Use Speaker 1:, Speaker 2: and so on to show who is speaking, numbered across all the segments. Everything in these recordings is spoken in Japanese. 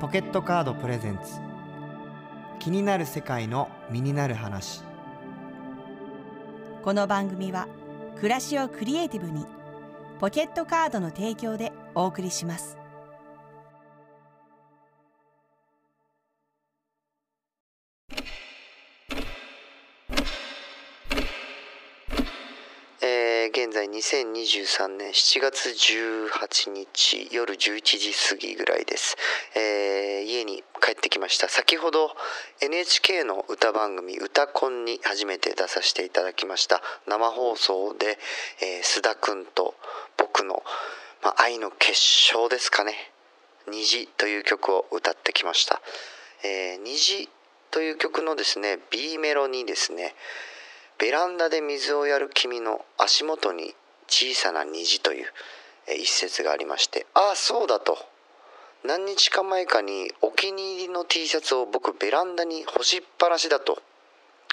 Speaker 1: ポケットカードプレゼンツ気になる世界の身になる話
Speaker 2: この番組は暮らしをクリエイティブにポケットカードの提供でお送りします
Speaker 1: えー現在2023年7月18日夜11時過ぎぐらいです、えー家に帰ってきました先ほど NHK の歌番組「歌コン」に初めて出させていただきました生放送で、えー須田くんと僕の、まあ、愛の結晶ですかね「虹」という曲を歌ってきました「えー虹」という曲のですね B メロにですねベランダで水をやる君の足元に小さな虹というえー一節がありましてああそうだと何日か前かにお気に入りの T シャツを僕ベランダに干しっぱなしだと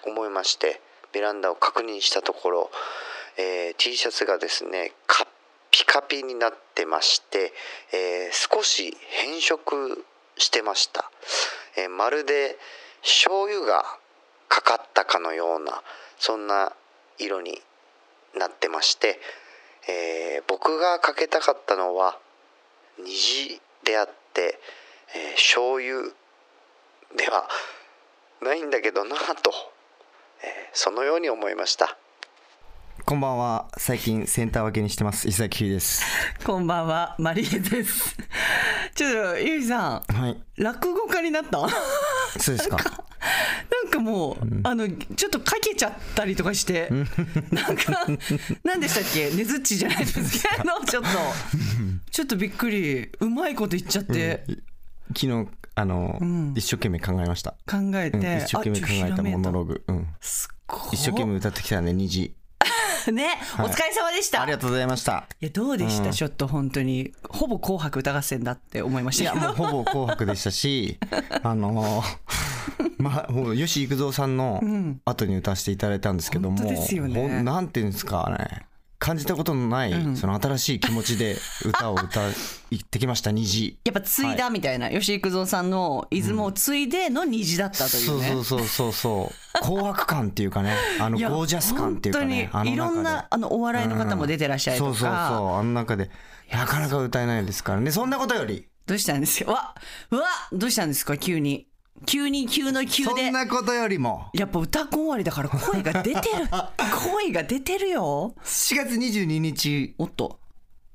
Speaker 1: 思いましてベランダを確認したところ、えー T シャツがですねカッピカピになってまして、えー少し変色してました、えーまるで醤油がかかったかのようなそんな色になってまして、えー僕がかけたかったのは虹であって、えー醤油ではないんだけどなぁと、えーそのように思いましたこんばんは最近センター分けにしてます伊崎です
Speaker 2: こんばんはマリエですちょっとゆいさん
Speaker 1: はい
Speaker 2: 落語家になった なん
Speaker 1: そうですか
Speaker 2: かもう、あのちょっとかけちゃったりとかしてなんか何でしたっけねずっちじゃないで すけどちょっとちょっとびっくりうまいこと言っちゃって、
Speaker 3: 昨日あの、
Speaker 2: ん
Speaker 3: 一生懸命考えました、
Speaker 2: 考えて、
Speaker 3: うん一生懸命考えたモノロ
Speaker 2: グ
Speaker 3: グ、うん、
Speaker 2: すっごい
Speaker 3: 一生懸命歌ってきたね虹
Speaker 2: ね、お疲れ様でした。
Speaker 3: ありがとうございました
Speaker 2: いやどうでした、ちょっと本当にほぼ紅白歌合戦だって思いま
Speaker 3: い
Speaker 2: した
Speaker 3: や
Speaker 2: けど
Speaker 3: もうほぼ「紅白」でした しあのまあもう吉幾三さんの後に歌わせていただいたんですけども、
Speaker 2: 本当ですよね
Speaker 3: ほんなんていうんですかね感じたことのない、その新しい気持ちで歌を歌ってきました虹
Speaker 2: やっぱ継いだみたいな、吉幾三さんの出雲を継いでの虹だったというね、
Speaker 3: そうそうそうそうそう紅白感っていうかねあの
Speaker 2: いや
Speaker 3: ゴージャス感っていうかね
Speaker 2: 本当に
Speaker 3: あ
Speaker 2: い
Speaker 3: の中
Speaker 2: ろ
Speaker 3: で
Speaker 2: んなあのお笑いの方も出てらっしゃると
Speaker 3: そう
Speaker 2: か、
Speaker 3: そうそうあの中でなかなか歌えないです からねそんなことより
Speaker 2: どうしたんですよわうわどうしたんですか急に急に急の急
Speaker 3: そ
Speaker 2: で
Speaker 3: んなことよりも
Speaker 2: やっぱ歌コン終わりだから声が出て る声が出てるよ
Speaker 3: 4月22日
Speaker 2: おっと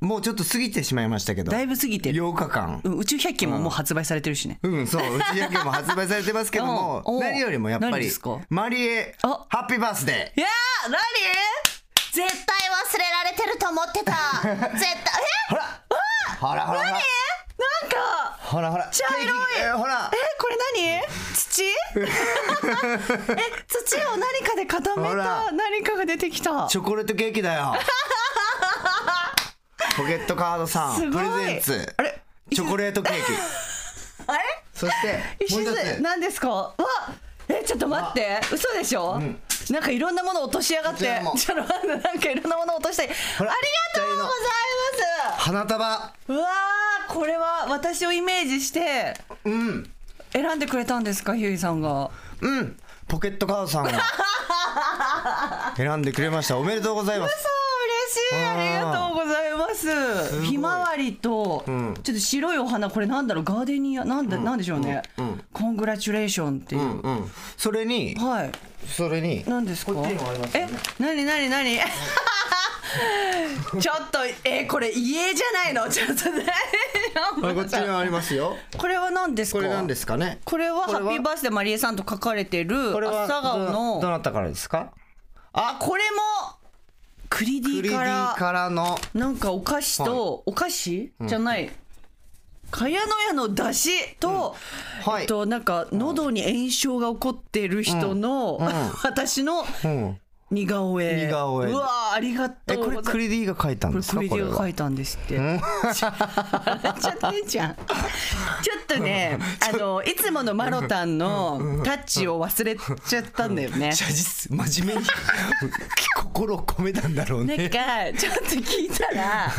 Speaker 3: もうちょっと過ぎてしまいましたけど
Speaker 2: だいぶ過ぎてる
Speaker 3: 8日間
Speaker 2: うん宇宙百景ももう発売されてるしね、
Speaker 3: うんそう うちだけも発売されてますけど
Speaker 2: うんお
Speaker 3: も
Speaker 2: う
Speaker 3: 何よりもやっぱ
Speaker 2: 何
Speaker 3: り
Speaker 2: ですか
Speaker 3: マリエ
Speaker 2: あ
Speaker 3: ハッピーバースデ
Speaker 2: いやー何
Speaker 4: 絶対忘れられてると思 ってた絶対
Speaker 3: ーほらほらほら
Speaker 2: なんか
Speaker 3: ほらほら
Speaker 2: 茶色い
Speaker 3: ケーキえーほら
Speaker 2: えこれ何土 え土を何かで固め
Speaker 3: ほ
Speaker 2: た
Speaker 3: ら
Speaker 2: 何かが出てきた
Speaker 3: チョコレートケーキだ よポケットカードさ
Speaker 2: す
Speaker 3: んプ
Speaker 2: ごい
Speaker 3: レゼンツ
Speaker 2: あれ
Speaker 3: チョコレート ケーキ
Speaker 2: あれ
Speaker 3: そしてもう
Speaker 2: 石
Speaker 3: 一つ
Speaker 2: 津何ですかわえちょっと待って嘘でしょ、なんかいろんなもの落としやがって
Speaker 3: こちらも
Speaker 2: ちょっと待ってなんかいろんなもの落としたりあり
Speaker 3: ほ
Speaker 2: が
Speaker 3: ら
Speaker 2: とうございま
Speaker 3: 花束
Speaker 2: すうわーこれは私をイメージして
Speaker 3: うん
Speaker 2: 選んでくれたんですかひゅーいさんが
Speaker 3: うんポケットカードさんが 選んでくれましたおめでとうございます
Speaker 2: そう嬉しい
Speaker 3: あ
Speaker 2: あ
Speaker 3: ー
Speaker 2: りがとうございます
Speaker 3: ごい
Speaker 2: ひまわりと、
Speaker 3: ん
Speaker 2: ちょっと白いお花これなんだろうガーデニアなんだ、なんでしょうね、コングラチュレーションっていう、
Speaker 3: うんうんそれに
Speaker 2: はい
Speaker 3: それに
Speaker 2: 何ですか
Speaker 3: こっちにもありますよ
Speaker 2: え
Speaker 3: ね
Speaker 2: 何何何 ちょっとえこれ家じゃないのちょっとね
Speaker 3: あこっちにもありますよ
Speaker 2: これは何ですか
Speaker 3: これなんですかね
Speaker 2: これは
Speaker 3: こ
Speaker 2: ハ
Speaker 3: れは
Speaker 2: ッピーバースデーマリエさんと書かれてる
Speaker 3: これは
Speaker 2: 朝顔
Speaker 3: どど
Speaker 2: の
Speaker 3: なたからですかあ
Speaker 2: これもクリデ
Speaker 3: ク
Speaker 2: ィ
Speaker 3: リデ
Speaker 2: から
Speaker 3: ィからの
Speaker 2: なんかお菓子と、お菓子じゃない、茅野屋の出汁と、
Speaker 3: うんはい
Speaker 2: えっとなんか喉に炎症が起こってる人の、私の
Speaker 3: うん
Speaker 2: 似顔絵
Speaker 3: 似顔絵
Speaker 2: うわーありがと
Speaker 3: え
Speaker 2: う
Speaker 3: こ
Speaker 2: ござい
Speaker 3: れ
Speaker 2: ます
Speaker 3: クリディが書いたんですか
Speaker 2: これク
Speaker 3: こ
Speaker 2: リ
Speaker 3: れ
Speaker 2: ディが
Speaker 3: は
Speaker 2: 書いたんですって。笑っちゃってんじゃん。ちょっとね、あのいつものマロタンのタッチを忘れちゃったんだよね。
Speaker 3: 写実真面目に 心を込めたんだろう
Speaker 2: なんかちょっと聞いたら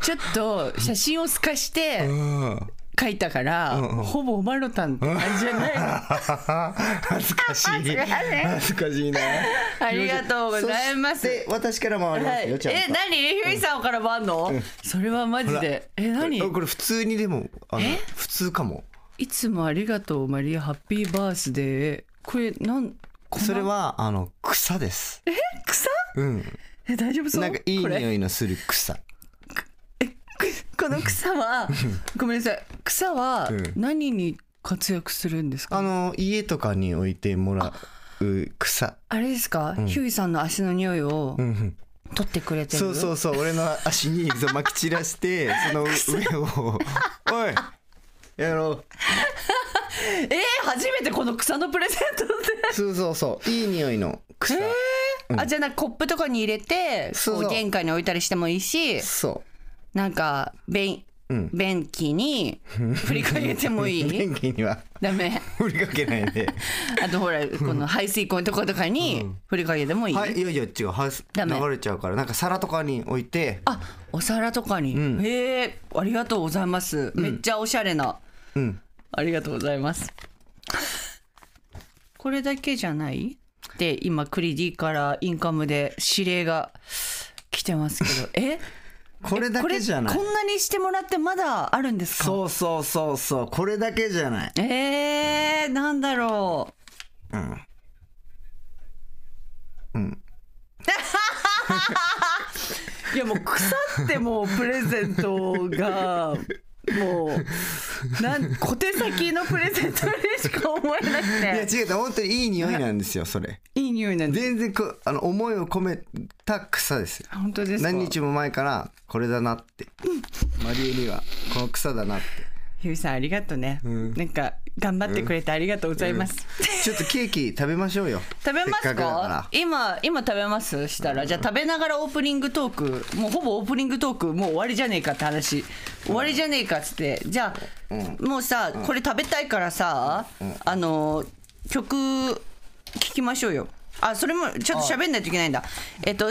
Speaker 2: ちょっと写真を透かして
Speaker 3: うん
Speaker 2: 書いたから、
Speaker 3: うんうん
Speaker 2: ほぼマロタンって感じじゃない、
Speaker 3: 恥ずかしい恥ずかしいな
Speaker 2: ありがとうございます
Speaker 3: で私からもありま
Speaker 2: は
Speaker 3: す
Speaker 2: い
Speaker 3: よ、ちゃんと
Speaker 2: え何ひいさんからもあんの、それはマジでえ何
Speaker 3: これ普通にでもあの普通かも
Speaker 2: いつもありがとうマリアハッピーバースデーこれなんこんな
Speaker 3: それはあの草です
Speaker 2: 草
Speaker 3: うん
Speaker 2: え大丈夫そう
Speaker 3: なんかいい
Speaker 2: これ
Speaker 3: 匂いのする草
Speaker 2: えくこの草はごめんなさい草は
Speaker 3: うん
Speaker 2: 何に活躍するんですか、
Speaker 3: あの家とかに置いてもらう草
Speaker 2: あれですか、ひゅヒューイさんの足の匂いを
Speaker 3: うんうん
Speaker 2: 取ってくれてる、
Speaker 3: そうそうそう俺の足にそう撒き散らしてその上を「おいやろう
Speaker 2: えー、初めてこの草のプレゼントで、」
Speaker 3: そうそうそういい匂いの草、
Speaker 2: あじゃあなんかコップとかに入れて
Speaker 3: そうそう
Speaker 2: こう玄関に置いたりしてもいいし
Speaker 3: そ
Speaker 2: なんか便
Speaker 3: うん
Speaker 2: 便器 に振りかけてもいうい
Speaker 3: 便器には
Speaker 2: ダメ
Speaker 3: 振りかけないで
Speaker 2: あとほらこの排水溝のとことかに振りかけてもいい、
Speaker 3: はいいやいや違うは
Speaker 2: ダメ
Speaker 3: 流れちゃうからなんか皿とかに置いて
Speaker 2: あお皿とかに、へえありがとうございます、めっちゃおしゃれな
Speaker 3: うん
Speaker 2: ありがとうございますこれだけじゃないで今クリディからインカムで指令が来てますけど え
Speaker 3: これだ
Speaker 2: こ
Speaker 3: け
Speaker 2: れ
Speaker 3: じ
Speaker 2: こ
Speaker 3: ゃ
Speaker 2: ん
Speaker 3: ない
Speaker 2: なにしてもらってまだあるんですか
Speaker 3: そうそうそうそうこれだけじゃない
Speaker 2: えー、なんだろう。うん。うん。 いやもう腐ってもうプレゼントがもうなん小手先のプレゼントにしか思えなく
Speaker 3: いや
Speaker 2: て
Speaker 3: 違う本当にいい匂いなんですよそれ
Speaker 2: いい匂いなんで
Speaker 3: 全然こうあの思いを込めた草ですよ
Speaker 2: 本当ですか
Speaker 3: 何日も前からこれだなってマリエにはこの草だなって
Speaker 2: ひびさんありがとうね、
Speaker 3: ん
Speaker 2: なんか頑張ってくれてありがとうございます、
Speaker 3: ちょっとケーキ食べましょうよ
Speaker 2: 食べます
Speaker 3: せっ
Speaker 2: か
Speaker 3: くだら
Speaker 2: 今今食べますしたらじゃあ食べながらオープニングトークもうほぼオープニングトークもう終わりじゃねえかって話終わりじゃねえかっつってじゃあ、もうさ、これ食べたいからさ、あの曲聴きましょうよあそれもちょっと喋んないといけないんだえっと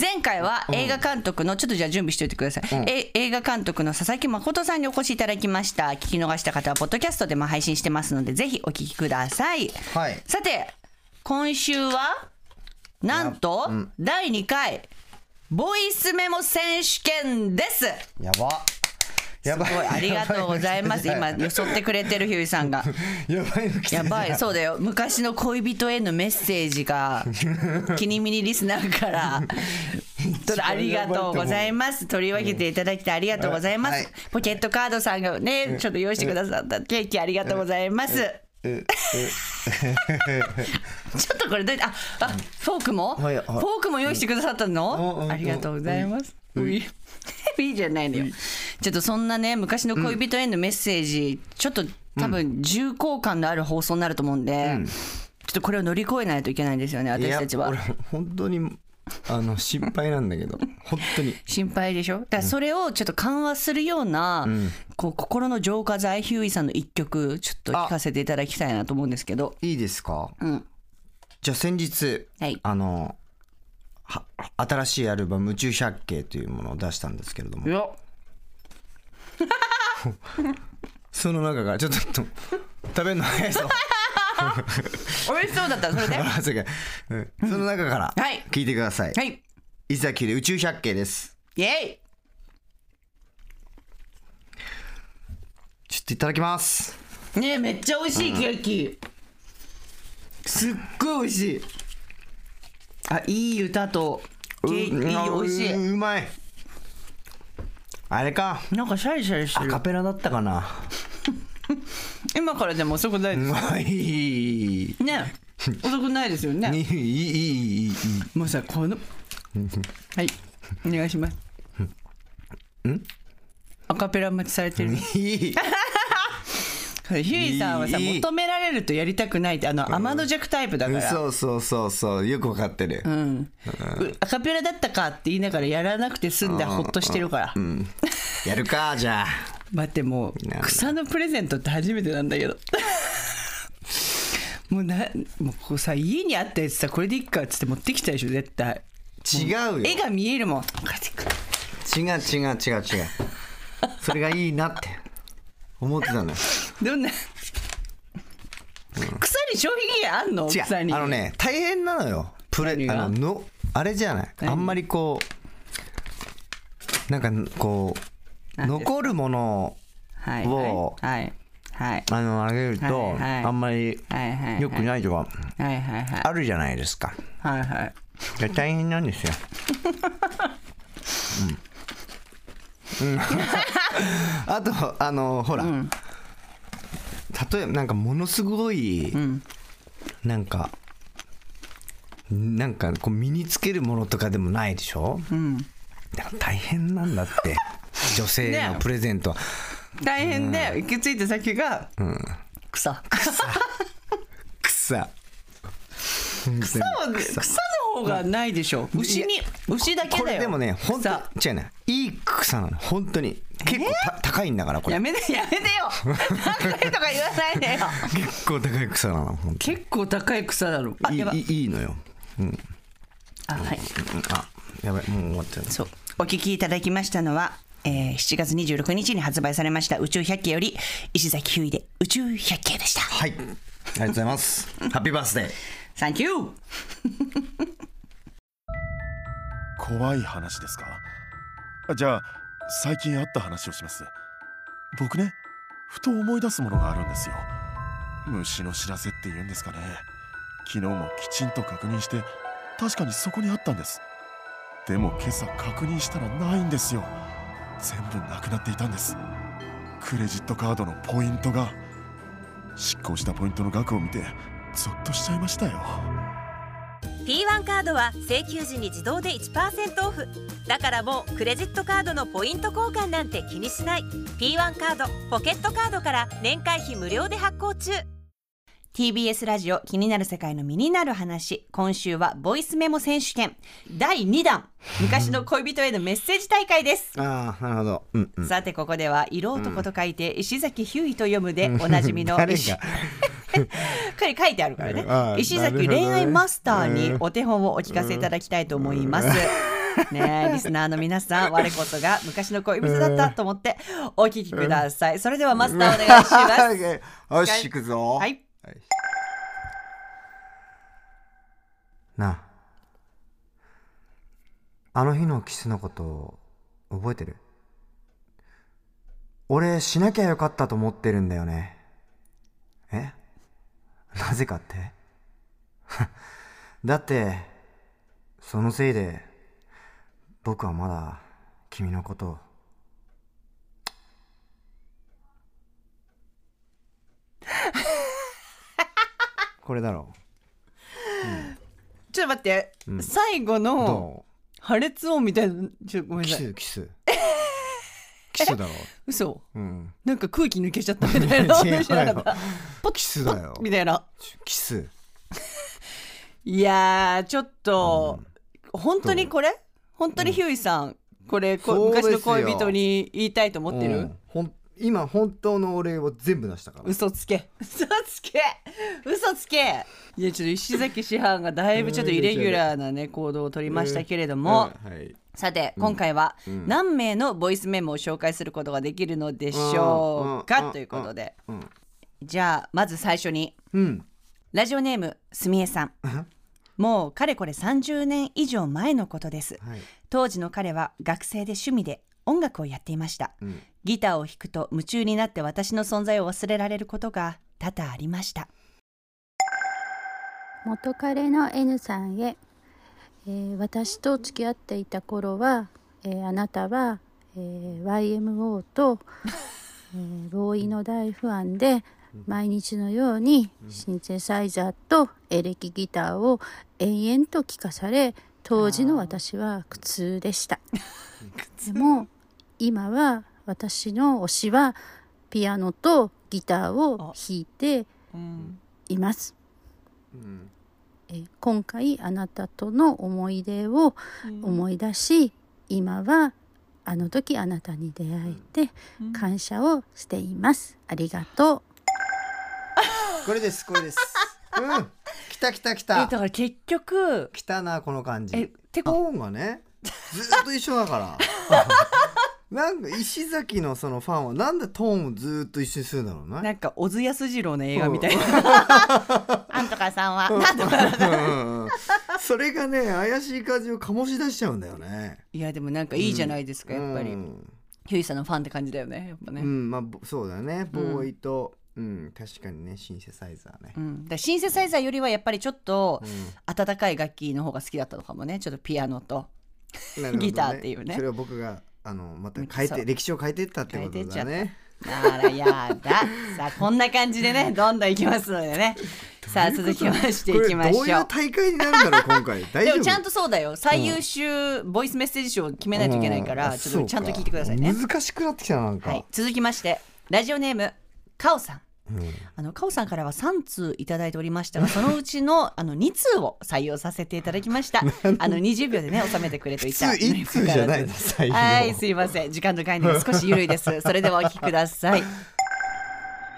Speaker 2: 前回は映画監督の、ちょっとじゃあ準備しておいてください、え映画監督の佐々木誠さんにお越しいただきました聞き逃した方はポッドキャストでも配信してますのでぜひお聞きください
Speaker 3: はい
Speaker 2: さて今週はなんと、第2回ボイスメモ選手権です
Speaker 3: やばやば
Speaker 2: すごいありがとうございます
Speaker 3: やば
Speaker 2: 今よそってくれてるひゅういさんが
Speaker 3: やばいの来て
Speaker 2: や ばいそうだよ昔の恋人へのメッセージが気にみにリスナ ーからちょっとありがとうございます取り分けていただいてありがとうございます、
Speaker 3: はい
Speaker 2: ポケットカードさんがねちょっと用意してくださったケーキありがとうございます、
Speaker 3: え
Speaker 2: ちょっとこれどうやってあ、あ、フォークも、
Speaker 3: はいはい
Speaker 2: フォークも用意してくださった
Speaker 3: うんう
Speaker 2: の
Speaker 3: ん？
Speaker 2: ありがとうございます。うい、いいじゃないのよ。ちょっとそんなね、昔の恋人へのメッセージ、ちょっと多分重厚感のある放送になると思うんで、ちょっとこれを乗り越えないといけないんですよね、
Speaker 3: い
Speaker 2: 私
Speaker 3: や
Speaker 2: たちは
Speaker 3: 俺。本当にあの心配なんだけ ど本当に
Speaker 2: 心配でしょだからそれをちょっと緩和するような、こう心の浄化剤ヒューイさんの一曲ちょっと聴かせていただきたいなと思うんですけど
Speaker 3: いいですか
Speaker 2: うん
Speaker 3: じゃあ先日、
Speaker 2: はい
Speaker 3: あのは新しいアルバム「宇宙百景」というものを出したんですけれども
Speaker 2: よ
Speaker 3: その中からちょっとと食べるの早いぞ
Speaker 2: 美味しそうだったそれで は
Speaker 3: あそうかうんその中から
Speaker 2: はい
Speaker 3: 聞いてください、
Speaker 2: い
Speaker 3: 伊崎で宇宙百景です
Speaker 2: イエイ
Speaker 3: ちょっといただきます
Speaker 2: ねえめっちゃ美味しいケーキ、すっごい美味しいあいい歌とケーキ
Speaker 3: う
Speaker 2: いい
Speaker 3: うん
Speaker 2: 美味し
Speaker 3: うまいあれか
Speaker 2: いなんかシャリシャリして
Speaker 3: ア
Speaker 2: る
Speaker 3: カペラだったかな
Speaker 2: 今からでも遅くないうで
Speaker 3: まいいい
Speaker 2: すねえ遅くないですよ
Speaker 3: い
Speaker 2: ね
Speaker 3: いいいいい
Speaker 2: もうさこのはいお願いしますんアカペラ待ちされてる
Speaker 3: いいいい
Speaker 2: ヒューイさんはさ
Speaker 3: いい
Speaker 2: 求められるとやりたくないってあの天の弱タイプだから
Speaker 3: そうそうそうそうよくわかってる、
Speaker 2: うんうアカペラだったかって言いながらやらなくて済んだほっとしてるから
Speaker 3: やるかじゃあ
Speaker 2: 待っても
Speaker 3: なんだ
Speaker 2: う草のプレゼントって初めてなんだけど もうなもうこうさ家にあったやつさこれでいっかっつって持ってきたでしょ絶対
Speaker 3: 違うよ
Speaker 2: 絵が見えるもん帰ってく
Speaker 3: 違
Speaker 2: る
Speaker 3: う違う違う違うそれがいいなって思ってたのよ
Speaker 2: でもね草に消費期限あんの
Speaker 3: 違
Speaker 2: 草に
Speaker 3: うあのね大変なのよプレ
Speaker 2: 何が
Speaker 3: あののあれじゃない
Speaker 2: 何
Speaker 3: あんまりこうなんかこう
Speaker 2: 何です
Speaker 3: 残るもの
Speaker 2: はい
Speaker 3: を
Speaker 2: はいはい
Speaker 3: をあのあげると、
Speaker 2: はいはい
Speaker 3: あんまり
Speaker 2: はいはいはい
Speaker 3: 良くないとか
Speaker 2: はいはいはい
Speaker 3: あるじゃないですか
Speaker 2: はいはい
Speaker 3: いや大変なんですよ、うんうん、あとあのほら、例えばなんかものすごい、なんかなんかこう身につけるものとかでもないでしょ、でも大変なんだって女性の
Speaker 2: ね
Speaker 3: プレゼントは、
Speaker 2: 大変で行き着いた先が草
Speaker 3: 草本当に
Speaker 2: 草は草の方がないでしょ牛に
Speaker 3: いや
Speaker 2: 牛だけだよ
Speaker 3: これでもね本当
Speaker 2: 草
Speaker 3: 違うねいい草なの本当に結構た、高いんだからこれ
Speaker 2: や めてやめてよ高いとか言わないでよ
Speaker 3: 結構高い草なの本
Speaker 2: 結構高い草だろあ
Speaker 3: 当に
Speaker 2: やば
Speaker 3: いいいいのよ
Speaker 2: あはい
Speaker 3: うんあやばいもう終わっちゃう
Speaker 2: そうお聞きいただきましたのは、えー、7月26日に発売されました「宇宙百景」より石崎ひゅういで「宇宙百景」でした
Speaker 3: はいありがとうございますハッピーバースデー
Speaker 2: サンキュー
Speaker 5: 怖い話ですかあじゃあ最近あった話をします僕ねふと思い出すものがあるんですよ虫の知らせって言うんですかね昨日もきちんと確認して確かにそこにあったんですでも今朝確認したらないんですよ全部なくなっていたんですクレジットカードのポイントが失効したポイントの額を見てゾッとしちゃいましたよ
Speaker 6: P1 カードは請求時に自動で1%オフだからもうクレジットカードのポイント交換なんて気にしない P1 カードポケットカードから年会費無料で発行中 TBS ラジオ気になる世界の身になる話今週はボイスメモ選手権第2弾昔の恋人へのメッセージ大会 です
Speaker 3: ああなるほどうんうん
Speaker 6: さてここでは色男と書いて石崎ひゅういと読むでおなじみの
Speaker 3: 誰
Speaker 6: 石
Speaker 3: が
Speaker 6: 彼書いてあるから
Speaker 3: あ
Speaker 6: ね
Speaker 3: あ
Speaker 6: 石
Speaker 3: なるほ
Speaker 6: 崎
Speaker 3: どね
Speaker 6: 恋愛マスターにお手本をお聞かせいただきたいと思います。 ねえリスナーの皆さん我こそが昔の恋人だったと思ってお聞きくださいそれではマスターお願いし ます
Speaker 3: よし行くぞ
Speaker 6: はい
Speaker 3: なああの日のキスのこと覚えてる俺しなきゃよかったと思ってるんだよねえなぜかって だってそのせいで僕はまだ君のことをこれだろ
Speaker 2: ちょっと待って、最後
Speaker 3: う
Speaker 2: の
Speaker 3: どう
Speaker 2: 破裂音みたいなちょっとごめん
Speaker 3: キ
Speaker 2: なさい
Speaker 3: スキ スキスだろ
Speaker 2: 嘘
Speaker 3: うん
Speaker 2: なんか空気抜けちゃったみ たいな
Speaker 3: 違うよ
Speaker 2: 知らなかったポッ
Speaker 3: キスだよ
Speaker 2: みたいな
Speaker 3: キス
Speaker 2: いやーちょっと、本当にこれ本当にひゅういさん、これこ
Speaker 3: そうです
Speaker 2: 昔
Speaker 3: よ
Speaker 2: の恋人に言いたいと思ってる、
Speaker 3: うんほん今本当のお礼を全部出したから
Speaker 2: 嘘つけ嘘つけ嘘つけいやちょっと石崎師範がだいぶちょっとイレギュラーなね行動を取りましたけれども、
Speaker 3: うんはい
Speaker 2: さて今回は何名のボイスメモを紹介することができるのでしょう
Speaker 3: うんうん
Speaker 2: か
Speaker 3: うん
Speaker 2: ということで
Speaker 3: うん
Speaker 2: じゃあまず最初に
Speaker 3: うん
Speaker 6: ラジオネームすみえさんもうかれこれ30年以上前のことです
Speaker 3: はい
Speaker 6: 当時の彼は学生で趣味で音楽をやっていました、
Speaker 3: ん
Speaker 6: ギターを弾くと夢中になって私の存在を忘れられることが多々ありました
Speaker 7: 元彼の N さんへ、えー私と付き合っていた頃は、えーあなたは、えー YMO と、えーボーイの大ファンで毎日のようにシンセサイザーとエレキギターを延々と聴かされ当時の私は苦痛でしたでも今は私の推しはピアノとギターを弾いています
Speaker 3: うん
Speaker 7: えー今回あなたとの思い出を思い出し、今はあの時あなたに出会えて感謝をしています。ありがとう。
Speaker 3: これですこれです うんきたきたき
Speaker 2: えだ
Speaker 3: た
Speaker 2: から結局
Speaker 3: きたなこの感じ
Speaker 2: えて
Speaker 3: コーンがねずっと一緒だからなんか石崎のそのファンはなんでトーンをずーっと一緒にするんだろう
Speaker 2: な
Speaker 3: ね
Speaker 2: んか小津安二郎の映画みた いな、
Speaker 4: あんとかさんはなんとか
Speaker 3: うんうんそれがね怪しい感じを醸し出しちゃうんだよね
Speaker 2: いやでもなんかいいじゃないですか、やっぱり、
Speaker 3: うん
Speaker 2: ヒューイさんのファンって感じだよねやっぱね、
Speaker 3: うんまあぼそうだねボーイとうん確かにねシンセサイザーね
Speaker 2: うん、だからシンセサイザーよりはやっぱりちょっと
Speaker 3: う
Speaker 2: 温かい楽器の方が好きだったのかもねちょっとピアノと
Speaker 3: んなるほどね
Speaker 2: ギターっていうね
Speaker 3: それを僕があのまた変え
Speaker 2: そう
Speaker 3: て歴史を変えてったってことだ
Speaker 2: 変えてっち
Speaker 3: ね
Speaker 2: あらやださあこんな感じ でねどんどんいきますのでねさあ続きましていきま
Speaker 3: これ
Speaker 2: し
Speaker 3: どう
Speaker 2: ょ
Speaker 3: いう
Speaker 2: う
Speaker 3: 大会になるんだろう今回大丈
Speaker 2: で
Speaker 3: 夫
Speaker 2: もちゃんとそうだよ最優秀ボイスメッセージ賞を決めないといけないから、
Speaker 3: うん
Speaker 2: ちょっとちゃんと聞いてください
Speaker 3: そ
Speaker 2: ね
Speaker 3: うか難しくなってきたななんか、
Speaker 2: はい続きましてラジオネームカオさん
Speaker 3: うん
Speaker 2: あのカオさんからは3通いただいておりま したがそのうちのあの2通を採用させていただきましたあの20秒でね収めてくれと言
Speaker 3: 普
Speaker 2: った
Speaker 3: 通一通じゃないの最後
Speaker 2: はい、すいません。時間の概念少し緩いです。それではお聞きく ださい。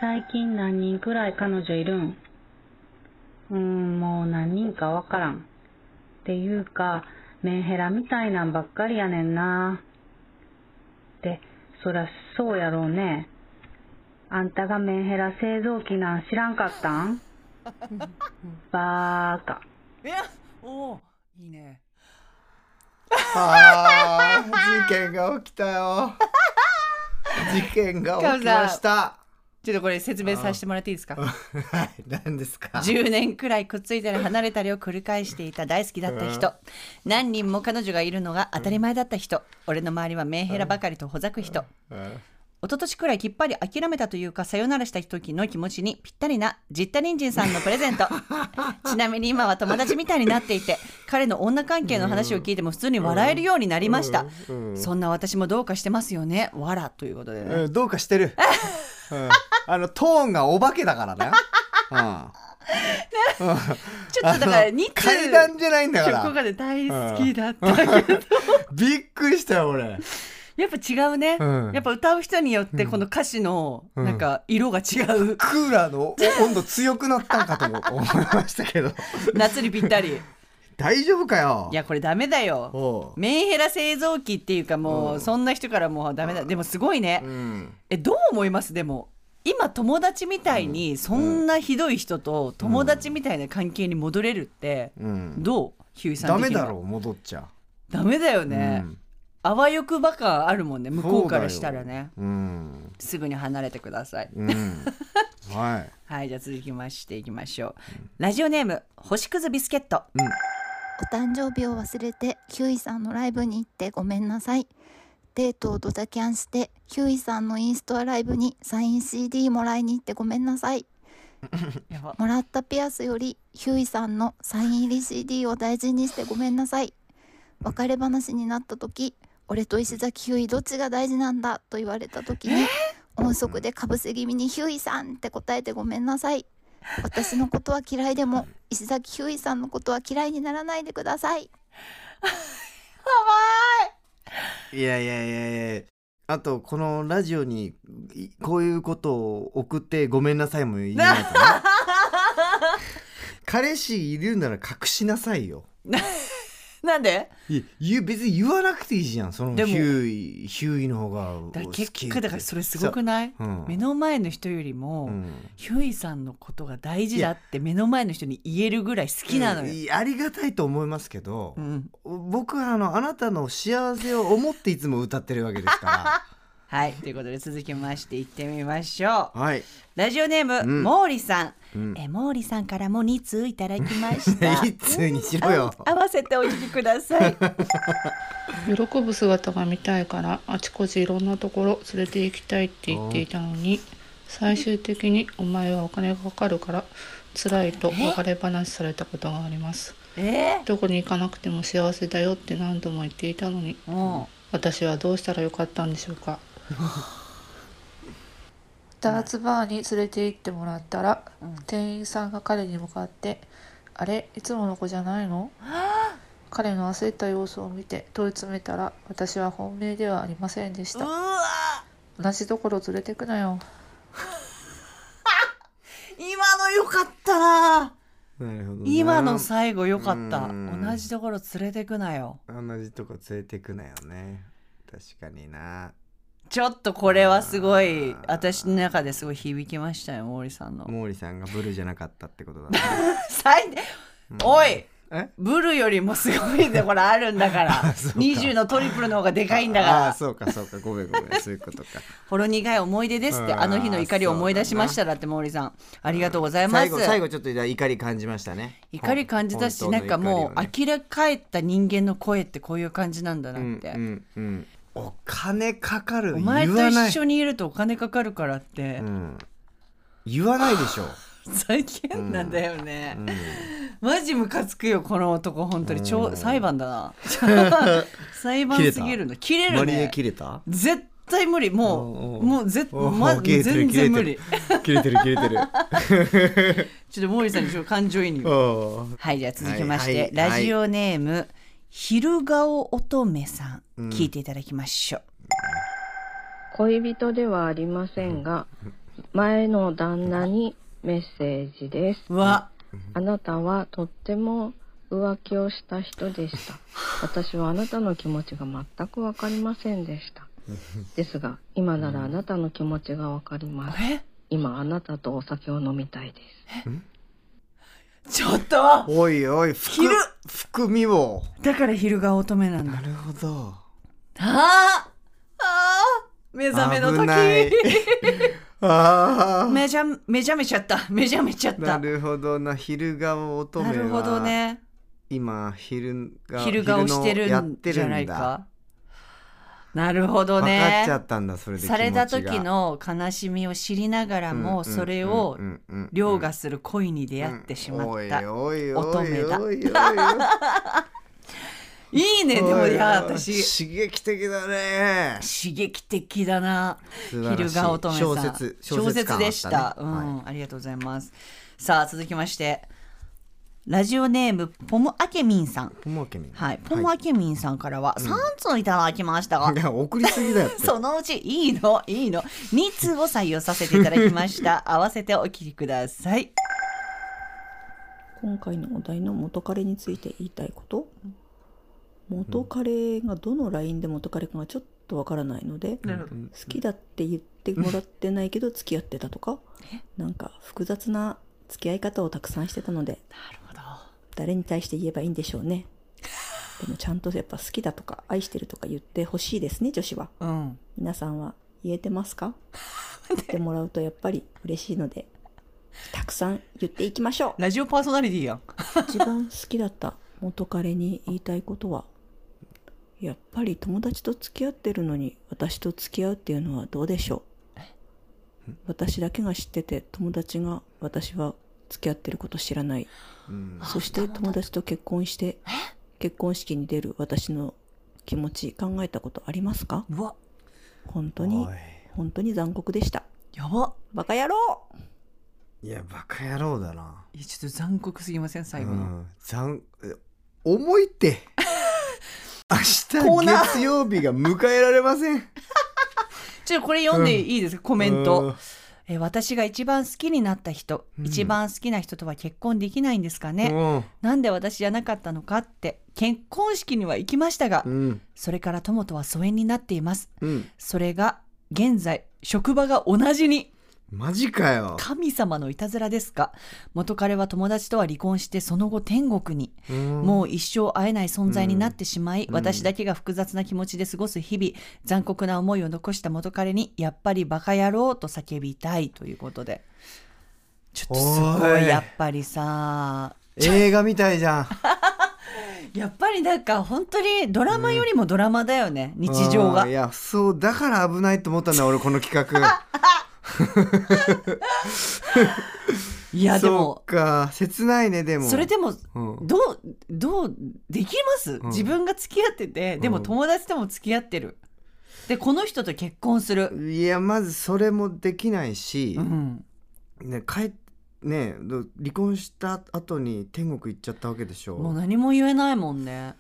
Speaker 8: 最近何人くらい彼女いるんうーん、もう何人かわからん。っていうか、メンヘラみたいなんばっかりやねんな。って、そりゃそうやろうね。あんたがメンヘラ製造機なん知らんかったんバーカ。
Speaker 2: いや、おお、いいね。
Speaker 3: あー事件が起きた よ事件が起きました
Speaker 2: ちょっとこれ説明させてもらっていいですか。
Speaker 3: はい何ですか
Speaker 2: 10年くらいくっついたり離れたりを繰り返していた大好きだった人何人も彼女がいるのが当たり前だった人俺の周りはメンヘラばかりとほざく人一昨年くらいきっぱり諦めたというかさよならした時の気持ちにぴったりなジッタリンジンさんのプレゼン トちなみに今は友達みたいになっていて彼の女関係の話を聞いても普通に笑えるようになりましたそんな私もどうかしてますよねわらということでね
Speaker 3: うんどうか してる、うんあのトーンがお化けだからね、うん
Speaker 2: ちょっとだから
Speaker 3: あの
Speaker 2: 2通
Speaker 3: 階段じゃないんだか
Speaker 2: 曲
Speaker 3: ら
Speaker 2: がで大好きだったけど
Speaker 3: びっくりしたよ俺
Speaker 2: やっぱ違うね、
Speaker 3: うん
Speaker 2: やっぱ歌う人によってこの歌詞のなんか色が違う、
Speaker 3: クーラーの温度強くなったんかと思思いましたけ ど
Speaker 2: 夏にぴったり
Speaker 3: 大丈夫かよ
Speaker 2: いやこれダメだよ
Speaker 3: おう
Speaker 2: メンヘラ製造機っていうかもうそんな人からもうダメだでもすごいね、
Speaker 3: うん
Speaker 2: えどう思いますでも今友達みたいにそんなひどい人と友達みたいな関係に戻れるって
Speaker 3: うん
Speaker 2: どうヒューイさん
Speaker 3: ダ
Speaker 2: 的
Speaker 3: メ
Speaker 2: には
Speaker 3: だろう戻っちゃ
Speaker 2: ダメだよ
Speaker 3: う
Speaker 2: ね、あわよくば感あるもんね向こうからしたらね
Speaker 3: うん
Speaker 2: すぐに離れてください
Speaker 3: うん はい
Speaker 2: はいじゃあ続きましていきましょうラジオネーム星屑ビスケット
Speaker 9: お誕生日を忘れてヒューイさんのライブに行ってごめんなさいデートをドタキャンしてヒューイさんのインストアライブにサイン CD もらいに行ってごめんなさい
Speaker 2: やば
Speaker 9: もらったピアスよりヒューイさんのサイン入り CD を大事にしてごめんなさい別れ話になった時俺と石崎ヒューイどっちが大事なんだと言われた時に音速でかぶせ気味にヒューイさんって答えてごめんなさい私のことは嫌いでも石崎ヒューイさんのことは嫌いにならないでください
Speaker 3: いやいやいやいやあとこのラジオにいこういうことを送ってごめんなさいも言えないとね 彼氏いるなら隠しなさいよ
Speaker 2: なんで
Speaker 3: い言う別に言わなくていいじゃんそのヒ
Speaker 2: でも
Speaker 3: ューイヒューイの方が
Speaker 2: だから
Speaker 3: 好
Speaker 2: 結
Speaker 3: き
Speaker 2: 果だからそれすごくない、
Speaker 3: うん
Speaker 2: 目の前の人よりも、
Speaker 3: うん
Speaker 2: ヒューイさんのことが大事だって目の前の人に言えるぐらい好きなのよ、
Speaker 3: いやありがたいと思いますけど
Speaker 2: う、ん、
Speaker 3: 僕はあのあなたの幸せを思っていつも歌ってるわけですか
Speaker 2: はいということで続きましていってみましょう
Speaker 3: らはい
Speaker 2: ラジオネーム、
Speaker 3: ん
Speaker 2: モーリさん、
Speaker 3: ん
Speaker 2: えモーリさんからも2通いただきま した
Speaker 3: 一通にしろよ
Speaker 2: 合わせてお聞きく ださい
Speaker 10: 喜ぶ姿が見たいからあちこちいろんなところ連れて行きたいって言っていたのに最終的に「お前はお金がかかるから辛い」と別れ話されたことがあります
Speaker 2: え
Speaker 10: どこに行かなくても幸せだよって何度も言っていたのに
Speaker 2: ー、も
Speaker 10: 私はどうしたらよかったんでしょうかダーツバーに連れて行ってもらったら、店員さんが彼に向かって「あれいつもの子じゃないの?」彼の焦った様子を見て問い詰めたら私は本命ではありませんでし
Speaker 2: うう
Speaker 10: た
Speaker 2: わ
Speaker 10: 同じところ連れてくなよ
Speaker 2: 今のよかったな
Speaker 3: なるほどな
Speaker 2: 今の最後よかった
Speaker 3: うん
Speaker 2: 同じところ連れてくなよ
Speaker 3: 同じとこ連れてくなよね確かにな
Speaker 2: ちょっとこれはすごい私の中ですごい響きましたよ毛利さんの
Speaker 3: 毛利さんがブルじゃなかったってことだね
Speaker 2: 最低おい
Speaker 3: え
Speaker 2: ブルよりもすごいねこれあるんだから 20のトリプルの方がでかいんだか
Speaker 3: ああ
Speaker 2: ら
Speaker 3: そうかそうかごめんごめんそういうことか
Speaker 2: ほろ苦い思い出ですって
Speaker 3: うん
Speaker 2: あの日の怒りを思い出しましただって毛利さんありがとうございま
Speaker 3: 最
Speaker 2: す
Speaker 3: 後最後ちょっと怒り感じましたね
Speaker 2: 怒り感じたし、
Speaker 3: 本当
Speaker 2: な
Speaker 3: の
Speaker 2: んかもう
Speaker 3: 怒りをね
Speaker 2: 呆れ返った人間の声ってこういう感じなんだなって、
Speaker 3: うんうんうんお金かかる
Speaker 2: お前と
Speaker 3: 言わない
Speaker 2: 一緒にいるとお金かかるからって、
Speaker 3: うん言わないでしょ、
Speaker 2: 最近なんだよね、マジムカつくよこの男本当に超裁判だ な裁判すぎるの切れ
Speaker 3: マ
Speaker 2: る
Speaker 3: リエ
Speaker 2: ね
Speaker 3: 切れ た
Speaker 2: 絶対無理も
Speaker 3: おうお
Speaker 2: う
Speaker 3: う
Speaker 2: もうぜ、
Speaker 3: おー
Speaker 2: ま、
Speaker 3: 切れてる
Speaker 2: 全然無理
Speaker 3: 切れてる切れてる
Speaker 2: ちょっと毛利さんにちょっと感情移入
Speaker 3: おー
Speaker 2: はいじゃあ続きまして、
Speaker 3: はいはい
Speaker 2: ラジオネーム、昼顔乙女さん、
Speaker 3: うん
Speaker 2: 聞いていただきましょう
Speaker 11: 恋人ではありませんが、前の旦那にメッセージです。
Speaker 2: うわ
Speaker 11: あなたはとっても浮気をした人でした。私はあなたの気持ちが全くわかりませんでした。ですが、今ならあなたの気持ちがわかります。
Speaker 2: え
Speaker 11: 今あなたとお酒を飲みたいです。
Speaker 2: ちょっと
Speaker 3: おいおい含
Speaker 2: 昼
Speaker 3: 含みを
Speaker 2: だから昼顔乙女なんだ
Speaker 3: なるほど
Speaker 2: あーあー目覚めの
Speaker 3: 危ない
Speaker 2: 時
Speaker 3: あ
Speaker 2: めちゃめちゃめちゃっためちゃめちゃっ
Speaker 3: あな
Speaker 2: た
Speaker 3: るほどな昼顔乙女
Speaker 2: な
Speaker 3: は
Speaker 2: るほどね
Speaker 3: 今昼が
Speaker 2: 昼顔して
Speaker 3: 昼のや
Speaker 2: る
Speaker 3: っ
Speaker 2: ん
Speaker 3: て
Speaker 2: じ
Speaker 3: る
Speaker 2: ゃ
Speaker 3: ん
Speaker 2: ない
Speaker 3: だ
Speaker 2: かなるほど
Speaker 3: 分か
Speaker 2: ね
Speaker 3: っちゃったんだそれで気持ち
Speaker 2: さ
Speaker 3: が
Speaker 2: れた時の悲しみを知りながらもそれを凌駕する恋に出会ってしまった
Speaker 3: おいおいおいおいおいおいおい
Speaker 2: 乙いいねでもいや私
Speaker 3: 刺激的だね
Speaker 2: 刺激的だな
Speaker 3: 素晴らしい
Speaker 2: 昼顔乙女さん
Speaker 3: 小説小説感あったね
Speaker 2: でした、うんありがとうございますさあ続きましてラジオネームポムアケミンさん
Speaker 3: ポモケミン
Speaker 2: はい、ポムアケミンさんからは3通いただきました が、
Speaker 3: いや送りすぎだよ
Speaker 2: そのうちいいのいいの2通を採用させていただきました 合わせてお聞きください
Speaker 12: 今回のお題の元彼について言いたいこと元彼がどのラインで元彼かがちょっとわからないので、
Speaker 2: な
Speaker 12: 好
Speaker 2: るほど
Speaker 12: きだって言ってもらってないけど付き合ってたとかなんか複雑な付き合い方をたくさんしてたので誰に対して言えばいいんでしょうねでもちゃんとやっぱ好きだとか愛してるとか言ってほしいですね女子は
Speaker 2: うん
Speaker 12: 皆さんは言えてます か言ってもらうとやっぱり嬉しいのでたくさん言っていきま しょう
Speaker 2: ラジオパーソナリティやん
Speaker 12: 一番好きだった元彼に言いたいことはやっぱり友達と付き合ってるのに私と付き合うっていうのはどうでしょう私だけが知ってて友達が私は付き合ってること知らないそして友達と結婚して結婚式に出る私の気持ち考えたことありますか
Speaker 2: うわ
Speaker 12: 本当に
Speaker 3: おい
Speaker 12: 本当に残酷でした
Speaker 2: やば
Speaker 12: バカ野郎
Speaker 3: いやバカ野郎だない
Speaker 2: やちょっと残酷すぎません最後
Speaker 3: う
Speaker 2: の、
Speaker 3: ん残え重いって
Speaker 2: コ
Speaker 3: 明
Speaker 2: ー
Speaker 3: 日
Speaker 2: ナー
Speaker 3: 月曜日が迎えられません
Speaker 2: ちょっとこれ読んでいいですか、コメント
Speaker 3: うん
Speaker 2: えー私が一番好きになった人、一番好きな人とは結婚できないんですかね、なんで私じゃなかったのかって結婚式には行きましたが、
Speaker 3: うん
Speaker 2: それから友とは疎遠になっています
Speaker 3: うん
Speaker 2: それが現在職場が同じに
Speaker 3: マジかよ
Speaker 2: 神様のいたずらですか元彼は友達とは離婚してその後天国に、もう一生会えない存在になってしまい、
Speaker 3: うん
Speaker 2: 私だけが複雑な気持ちで過ごす日々残酷な思いを残した元彼にやっぱりバカ野郎と叫びたいということでちょっとす
Speaker 3: お
Speaker 2: ごい
Speaker 3: い
Speaker 2: やっぱりさ
Speaker 3: 映画みたいじゃん
Speaker 2: やっぱりなんか本当にドラマよりもドラマだよね、日常
Speaker 3: う
Speaker 2: が
Speaker 3: んいやそうだから危ないと思ったん だ俺この企画
Speaker 2: いやでも
Speaker 3: そうか切ないねでも
Speaker 2: それでも
Speaker 3: うん
Speaker 2: どうどうできます、
Speaker 3: ん
Speaker 2: 自分が付き合っててでも
Speaker 3: うん
Speaker 2: 友達とも付き合ってるでこの人と結婚する、
Speaker 3: いやまずそれもできないし、
Speaker 2: うん、
Speaker 3: ね帰っねど離婚した後に天国行っちゃったわけでしょ
Speaker 2: もう何も言えないもんね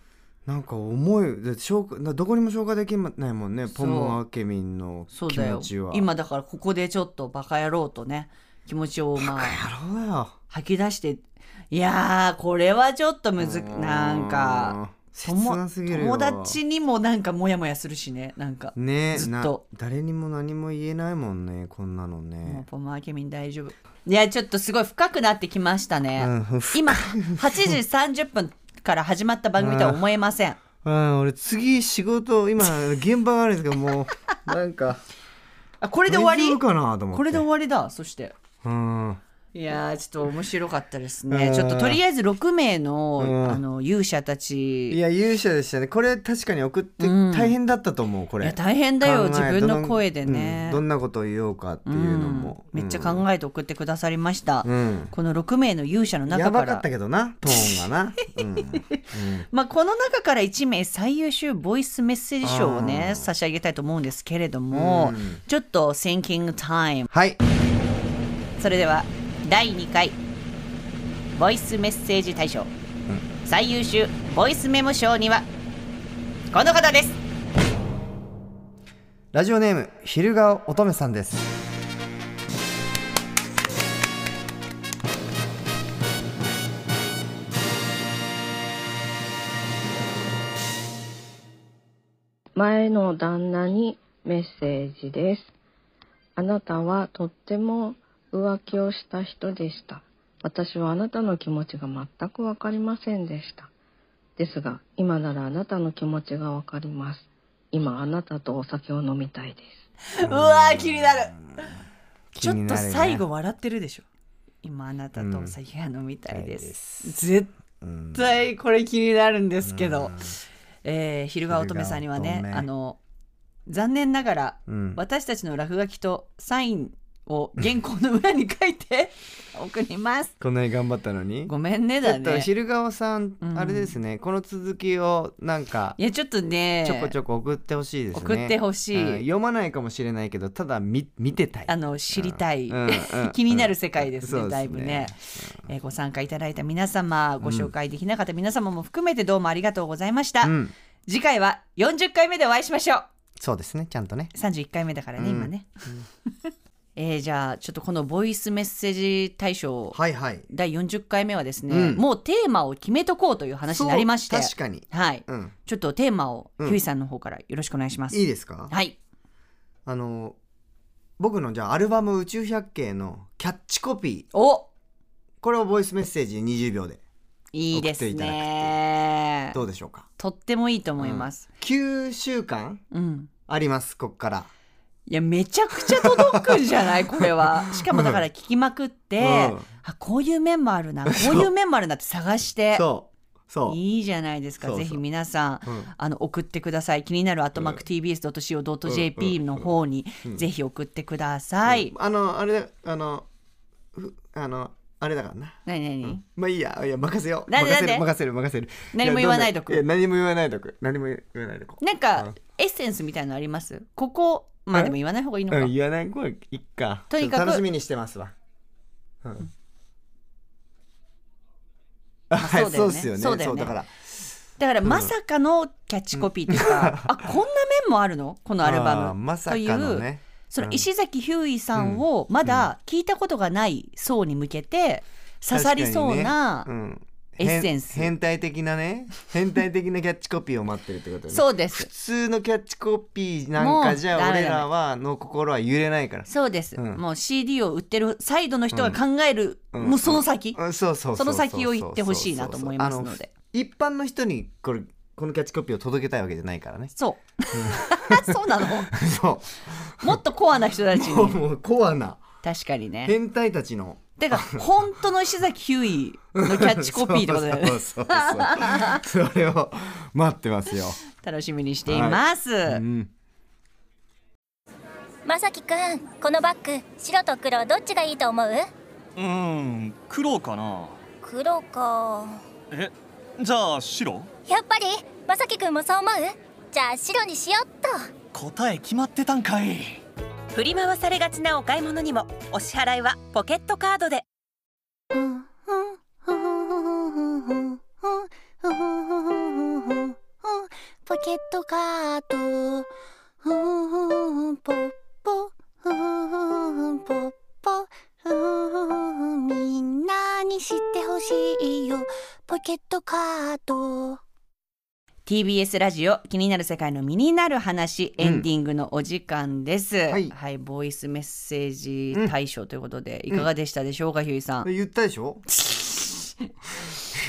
Speaker 3: なんか思いで消化などこにも消化できないもんねポモアケミンの
Speaker 2: そう
Speaker 3: 気
Speaker 2: だ
Speaker 3: 持
Speaker 2: よ
Speaker 3: ちは
Speaker 2: 今だからここでちょっとバカ野郎とね気持ちをまあ
Speaker 3: そうだよ
Speaker 2: 吐き出していやーこれはちょっとむずなんか
Speaker 3: うん切なすぎるよ
Speaker 2: 友達にもなんかモヤモヤするしねなんか
Speaker 3: ねえ
Speaker 2: ずっ
Speaker 3: な
Speaker 2: と
Speaker 3: 誰にも何も言えないもんねこんなのね
Speaker 2: ポマーケミン大丈夫いやちょっとすごい深くなってきましたね、
Speaker 3: うん
Speaker 2: 今8時30分から始まった番組とは思えません
Speaker 3: うん俺次仕事今現場があるんですけど もうなんか
Speaker 2: あこれで終わり
Speaker 3: 大丈夫かなと思って
Speaker 2: これで終わりだそして
Speaker 3: うん
Speaker 2: いやーちょっと面白かったですね
Speaker 3: うん
Speaker 2: ちょっととりあえず6名
Speaker 3: うん
Speaker 2: のあの勇者たち
Speaker 3: いや勇者でしたねこれ確かに送って大変だったと思うこれ、
Speaker 2: いや大変だよ
Speaker 3: 考え
Speaker 2: 自分の声でね
Speaker 3: うんどんなことを言おうかっていうのも、
Speaker 2: めっちゃ考えて送ってくださりました、
Speaker 3: うん
Speaker 2: この6名の勇者の中
Speaker 3: や
Speaker 2: か
Speaker 3: ば
Speaker 2: ら
Speaker 3: かったけどなトーンがな、うん
Speaker 2: まあ、この中から1名最優秀ボイスメッセージ賞をね差し上げたいと思うんですけれども、
Speaker 3: うん
Speaker 2: ちょっと Thinking Time
Speaker 3: はい
Speaker 2: それでは第2回ボイスメッセージ大賞、最優秀ボイスメモ賞にはこの方です
Speaker 3: ラジオネーム昼顔乙女さんです
Speaker 11: 前の旦那にメッセージです。あなたはとっても浮気をした人でした。私はあなたの気持ちが全くわかりませんでした。ですが、今ならあなたの気持ちがわかります。今あなたとお酒を飲みたいです。
Speaker 2: うわー気になるち
Speaker 11: 気
Speaker 2: ょっ
Speaker 11: にな
Speaker 2: と
Speaker 11: るね
Speaker 2: 最後笑ってるでしょ今あなたとお酒が飲みたいです、絶
Speaker 3: うん
Speaker 2: 対これ気になるんですけど、えー昼顔乙女さんにはね
Speaker 3: 昼顔乙女
Speaker 2: あの残念ながら、
Speaker 3: うん
Speaker 2: 私たちの落書きとサインを原稿の裏に書いて送ります
Speaker 3: こんなに頑張ったのに
Speaker 2: ごめんねだね
Speaker 3: ちょっと昼顔さん、
Speaker 2: うん
Speaker 3: あれですねこの続きをなんか
Speaker 2: いやちょっとね
Speaker 3: ちょこちょこ送ってほしいですね
Speaker 2: 送ってほしい
Speaker 3: うん読まないかもしれないけどただ見見てたい
Speaker 2: あの知りたい、
Speaker 3: うんうんうん
Speaker 2: 気になる世界ですね、
Speaker 3: そうですね
Speaker 2: だいぶね、えーご参加いただいた皆様ご紹介できなかった皆様も含めてどうもありがとうございました、
Speaker 3: うん
Speaker 2: 次回は40回目でお会いしましょう
Speaker 3: そうですねちゃんとね
Speaker 2: 31回目だからね、
Speaker 3: うん
Speaker 2: 今ね、えーじゃあちょっとこのボイスメッセージ大賞、
Speaker 3: はいはい
Speaker 2: 第40回目はですね、
Speaker 3: うん
Speaker 2: もうテーマを決めとこうという話になりまして
Speaker 3: そう確かに
Speaker 2: はい、
Speaker 3: うん
Speaker 2: ちょっとテーマを
Speaker 3: うん
Speaker 2: ひゅいさんの方からよろしくお願いします、
Speaker 3: いいですか
Speaker 2: はい
Speaker 3: あの僕のじゃあアルバム「宇宙百景」のキャッチコピ
Speaker 2: ーお
Speaker 3: これをボイスメッセージ20秒で
Speaker 2: いいです
Speaker 3: 送っていただく
Speaker 2: ね
Speaker 3: どうでしょうか
Speaker 2: とってもいいと思います、
Speaker 3: 9週間
Speaker 2: うん
Speaker 3: ありますこっから
Speaker 2: いやめちゃくちゃ届くんじ ゃないこれはしかもだから聞きまくって、
Speaker 3: うん
Speaker 2: あこういう面もあるなこう
Speaker 3: そう
Speaker 2: いう面もあるなって探して
Speaker 3: そうそう
Speaker 2: いいじゃないですか
Speaker 3: そうそう
Speaker 2: ぜひ皆さん、
Speaker 3: うん
Speaker 2: あの送ってください気になる「トマク TBS.CO.JP」の方に
Speaker 3: うん
Speaker 2: ぜひ送ってください、
Speaker 3: あのあれだあのふあのあれだからな
Speaker 2: 何何、
Speaker 3: まあいいやいや任せよう
Speaker 2: なんで
Speaker 3: 任せる
Speaker 2: なんで
Speaker 3: 任せる任せる
Speaker 2: 何も言わないとこ
Speaker 3: いやどんどんいや何も言わないとく何も言わないとこ
Speaker 2: なんかエッセンスみたいなのありますここまあ
Speaker 3: え
Speaker 2: でも言わない方がいいのか、
Speaker 3: うん言わない声いっか
Speaker 2: とにかく
Speaker 3: ちょっ楽しみにしてますわうんあはい
Speaker 2: そ
Speaker 3: そう
Speaker 2: うだよね
Speaker 3: ですよね
Speaker 2: そうだよね
Speaker 3: だから
Speaker 2: だからまさかのキャッチコピーというか、あこんな面もあるのこのアル
Speaker 3: あー
Speaker 2: バム
Speaker 3: まさかの
Speaker 2: という
Speaker 3: ね
Speaker 2: その
Speaker 3: うん
Speaker 2: 石崎ひゅーいさんをまだ聞いたことがない層に向けて刺さりそうな、
Speaker 3: 確かにねうん
Speaker 2: エッセンス
Speaker 3: 変変態的なね変態的なキャッチコピーを待ってるってことね
Speaker 2: そうです
Speaker 3: 普通のキャッチコピーなんかじゃ
Speaker 2: もうダメ
Speaker 3: 俺
Speaker 2: ダメ
Speaker 3: らはの心は揺れないから
Speaker 2: そうです、
Speaker 3: うん
Speaker 2: もう CD を売ってるサイドの人が考える、
Speaker 3: うん
Speaker 2: もうその先、
Speaker 3: うんそうそう
Speaker 2: その先を
Speaker 3: 言
Speaker 2: 言ってほしいなと思いますので
Speaker 3: 一般の人にこれこのキャッチコピーを届けたいわけじゃないから ね
Speaker 2: そう そうなの
Speaker 3: そ
Speaker 2: もっとコアな人たち
Speaker 3: うもう
Speaker 2: に
Speaker 3: もうコアな
Speaker 2: 確かにね
Speaker 3: 変態たちの
Speaker 2: だから本当の石崎ひゅーいのキャッチコピーってことだよね
Speaker 3: そうそうそうそれを待ってますよ
Speaker 2: 楽しみにしています、
Speaker 3: はいうん
Speaker 13: まさきくんこのバッグ白と黒どっちがいいと思う
Speaker 14: うーん黒かな
Speaker 13: 黒か
Speaker 14: えじゃあ白
Speaker 13: やっぱりまさきくんもそう思うじゃあ白にしよっと
Speaker 14: 答え決まってたんかい
Speaker 6: 振り回されがちなお買い物にもお支払いはポケットカードで
Speaker 15: ポケットカードふんふんポッポふんふんポッポふんみんなに知ってほしいよポケットカード
Speaker 16: TBS ラジオ気になる世界の身になる話、エンディングのお時間です、はい、ボイスメッセージ大賞ということで、いかがでしたでしょうか、ひゅーいさん
Speaker 3: 言ったでしょ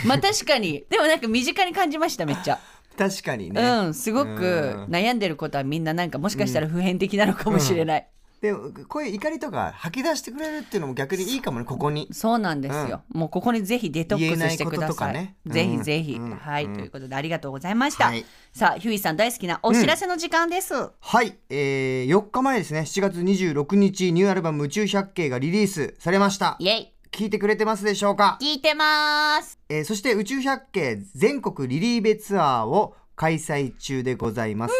Speaker 16: まあ確かにでもなんか身近に感じましためっちゃ
Speaker 3: 確かにね
Speaker 16: うんすごく
Speaker 3: うん
Speaker 16: 悩んでることはみんななんかもしかしたら普遍的なのかもしれない、
Speaker 3: でもこういう怒りとか吐き出してくれるっていうのも逆にいいかもねここに
Speaker 16: そうなんですよ、もうここにぜひデトックスしてください。
Speaker 3: 言えないこととか
Speaker 16: ぜ
Speaker 3: ね
Speaker 16: ひぜひ、はい、ということでありがとうございました。さあ、ヒューイさん大好きなお知らせの時間です。
Speaker 3: はい、えー、4日前ですね7月26日ニューアルバム「宇宙百景」がリリースされました
Speaker 16: イエイ
Speaker 3: 聞いてくれてますでしょうか
Speaker 16: 聞いてます、
Speaker 3: えーそして「宇宙百景」全国リリーベツアーを開催中でございます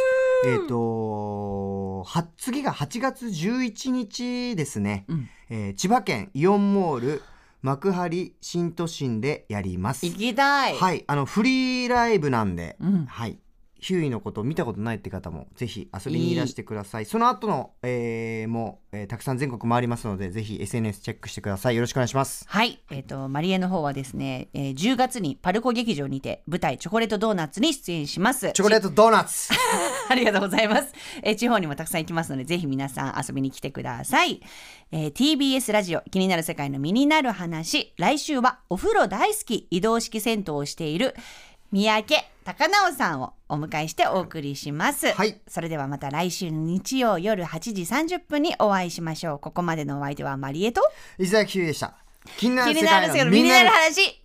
Speaker 3: えっ、とは次が8月11日ですね、えー千葉県イオンモール幕張新都心でやります
Speaker 16: 行きたい
Speaker 3: はいあのフリーライブなんで、はいヒューイのこと見たことないって方もぜひ遊びにいらしてください。その後の、えーもう、えーたくさん全国回りますので、ぜひ SNS チェックしてください。よろしくお願いします。
Speaker 16: はい、えっ、と、マリエの方はですね、えー10月にパルコ劇場にて舞台チョコレートドーナツに出演します。
Speaker 3: チョコレートドーナツ
Speaker 16: ありがとうございます、えー地方にもたくさん行きますので、ぜひ皆さん遊びに来てください。えー TBS ラジオ気になる世界の身になる話、来週はお風呂大好き移動式銭湯をしている三宅隆直さんをお迎えしてお送りします。それではまた来週の日曜夜8時30分にお会いしましょう。ここまでのお相手はマリエと
Speaker 3: 伊沢ヒューイでした。気にな
Speaker 16: 気
Speaker 3: る
Speaker 16: に
Speaker 3: 世
Speaker 16: な
Speaker 3: 界
Speaker 16: る世界
Speaker 3: の
Speaker 16: の
Speaker 3: み
Speaker 16: 身
Speaker 3: ん
Speaker 16: に
Speaker 3: な
Speaker 16: な
Speaker 3: る
Speaker 16: る話。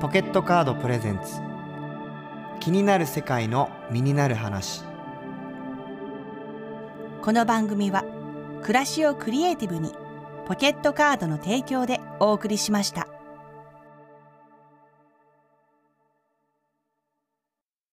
Speaker 3: ポケットカードプレゼンツ気になる世界の身になる話
Speaker 16: この番組は暮らしをクリエイティブにポケットカードの提供でお送りしました。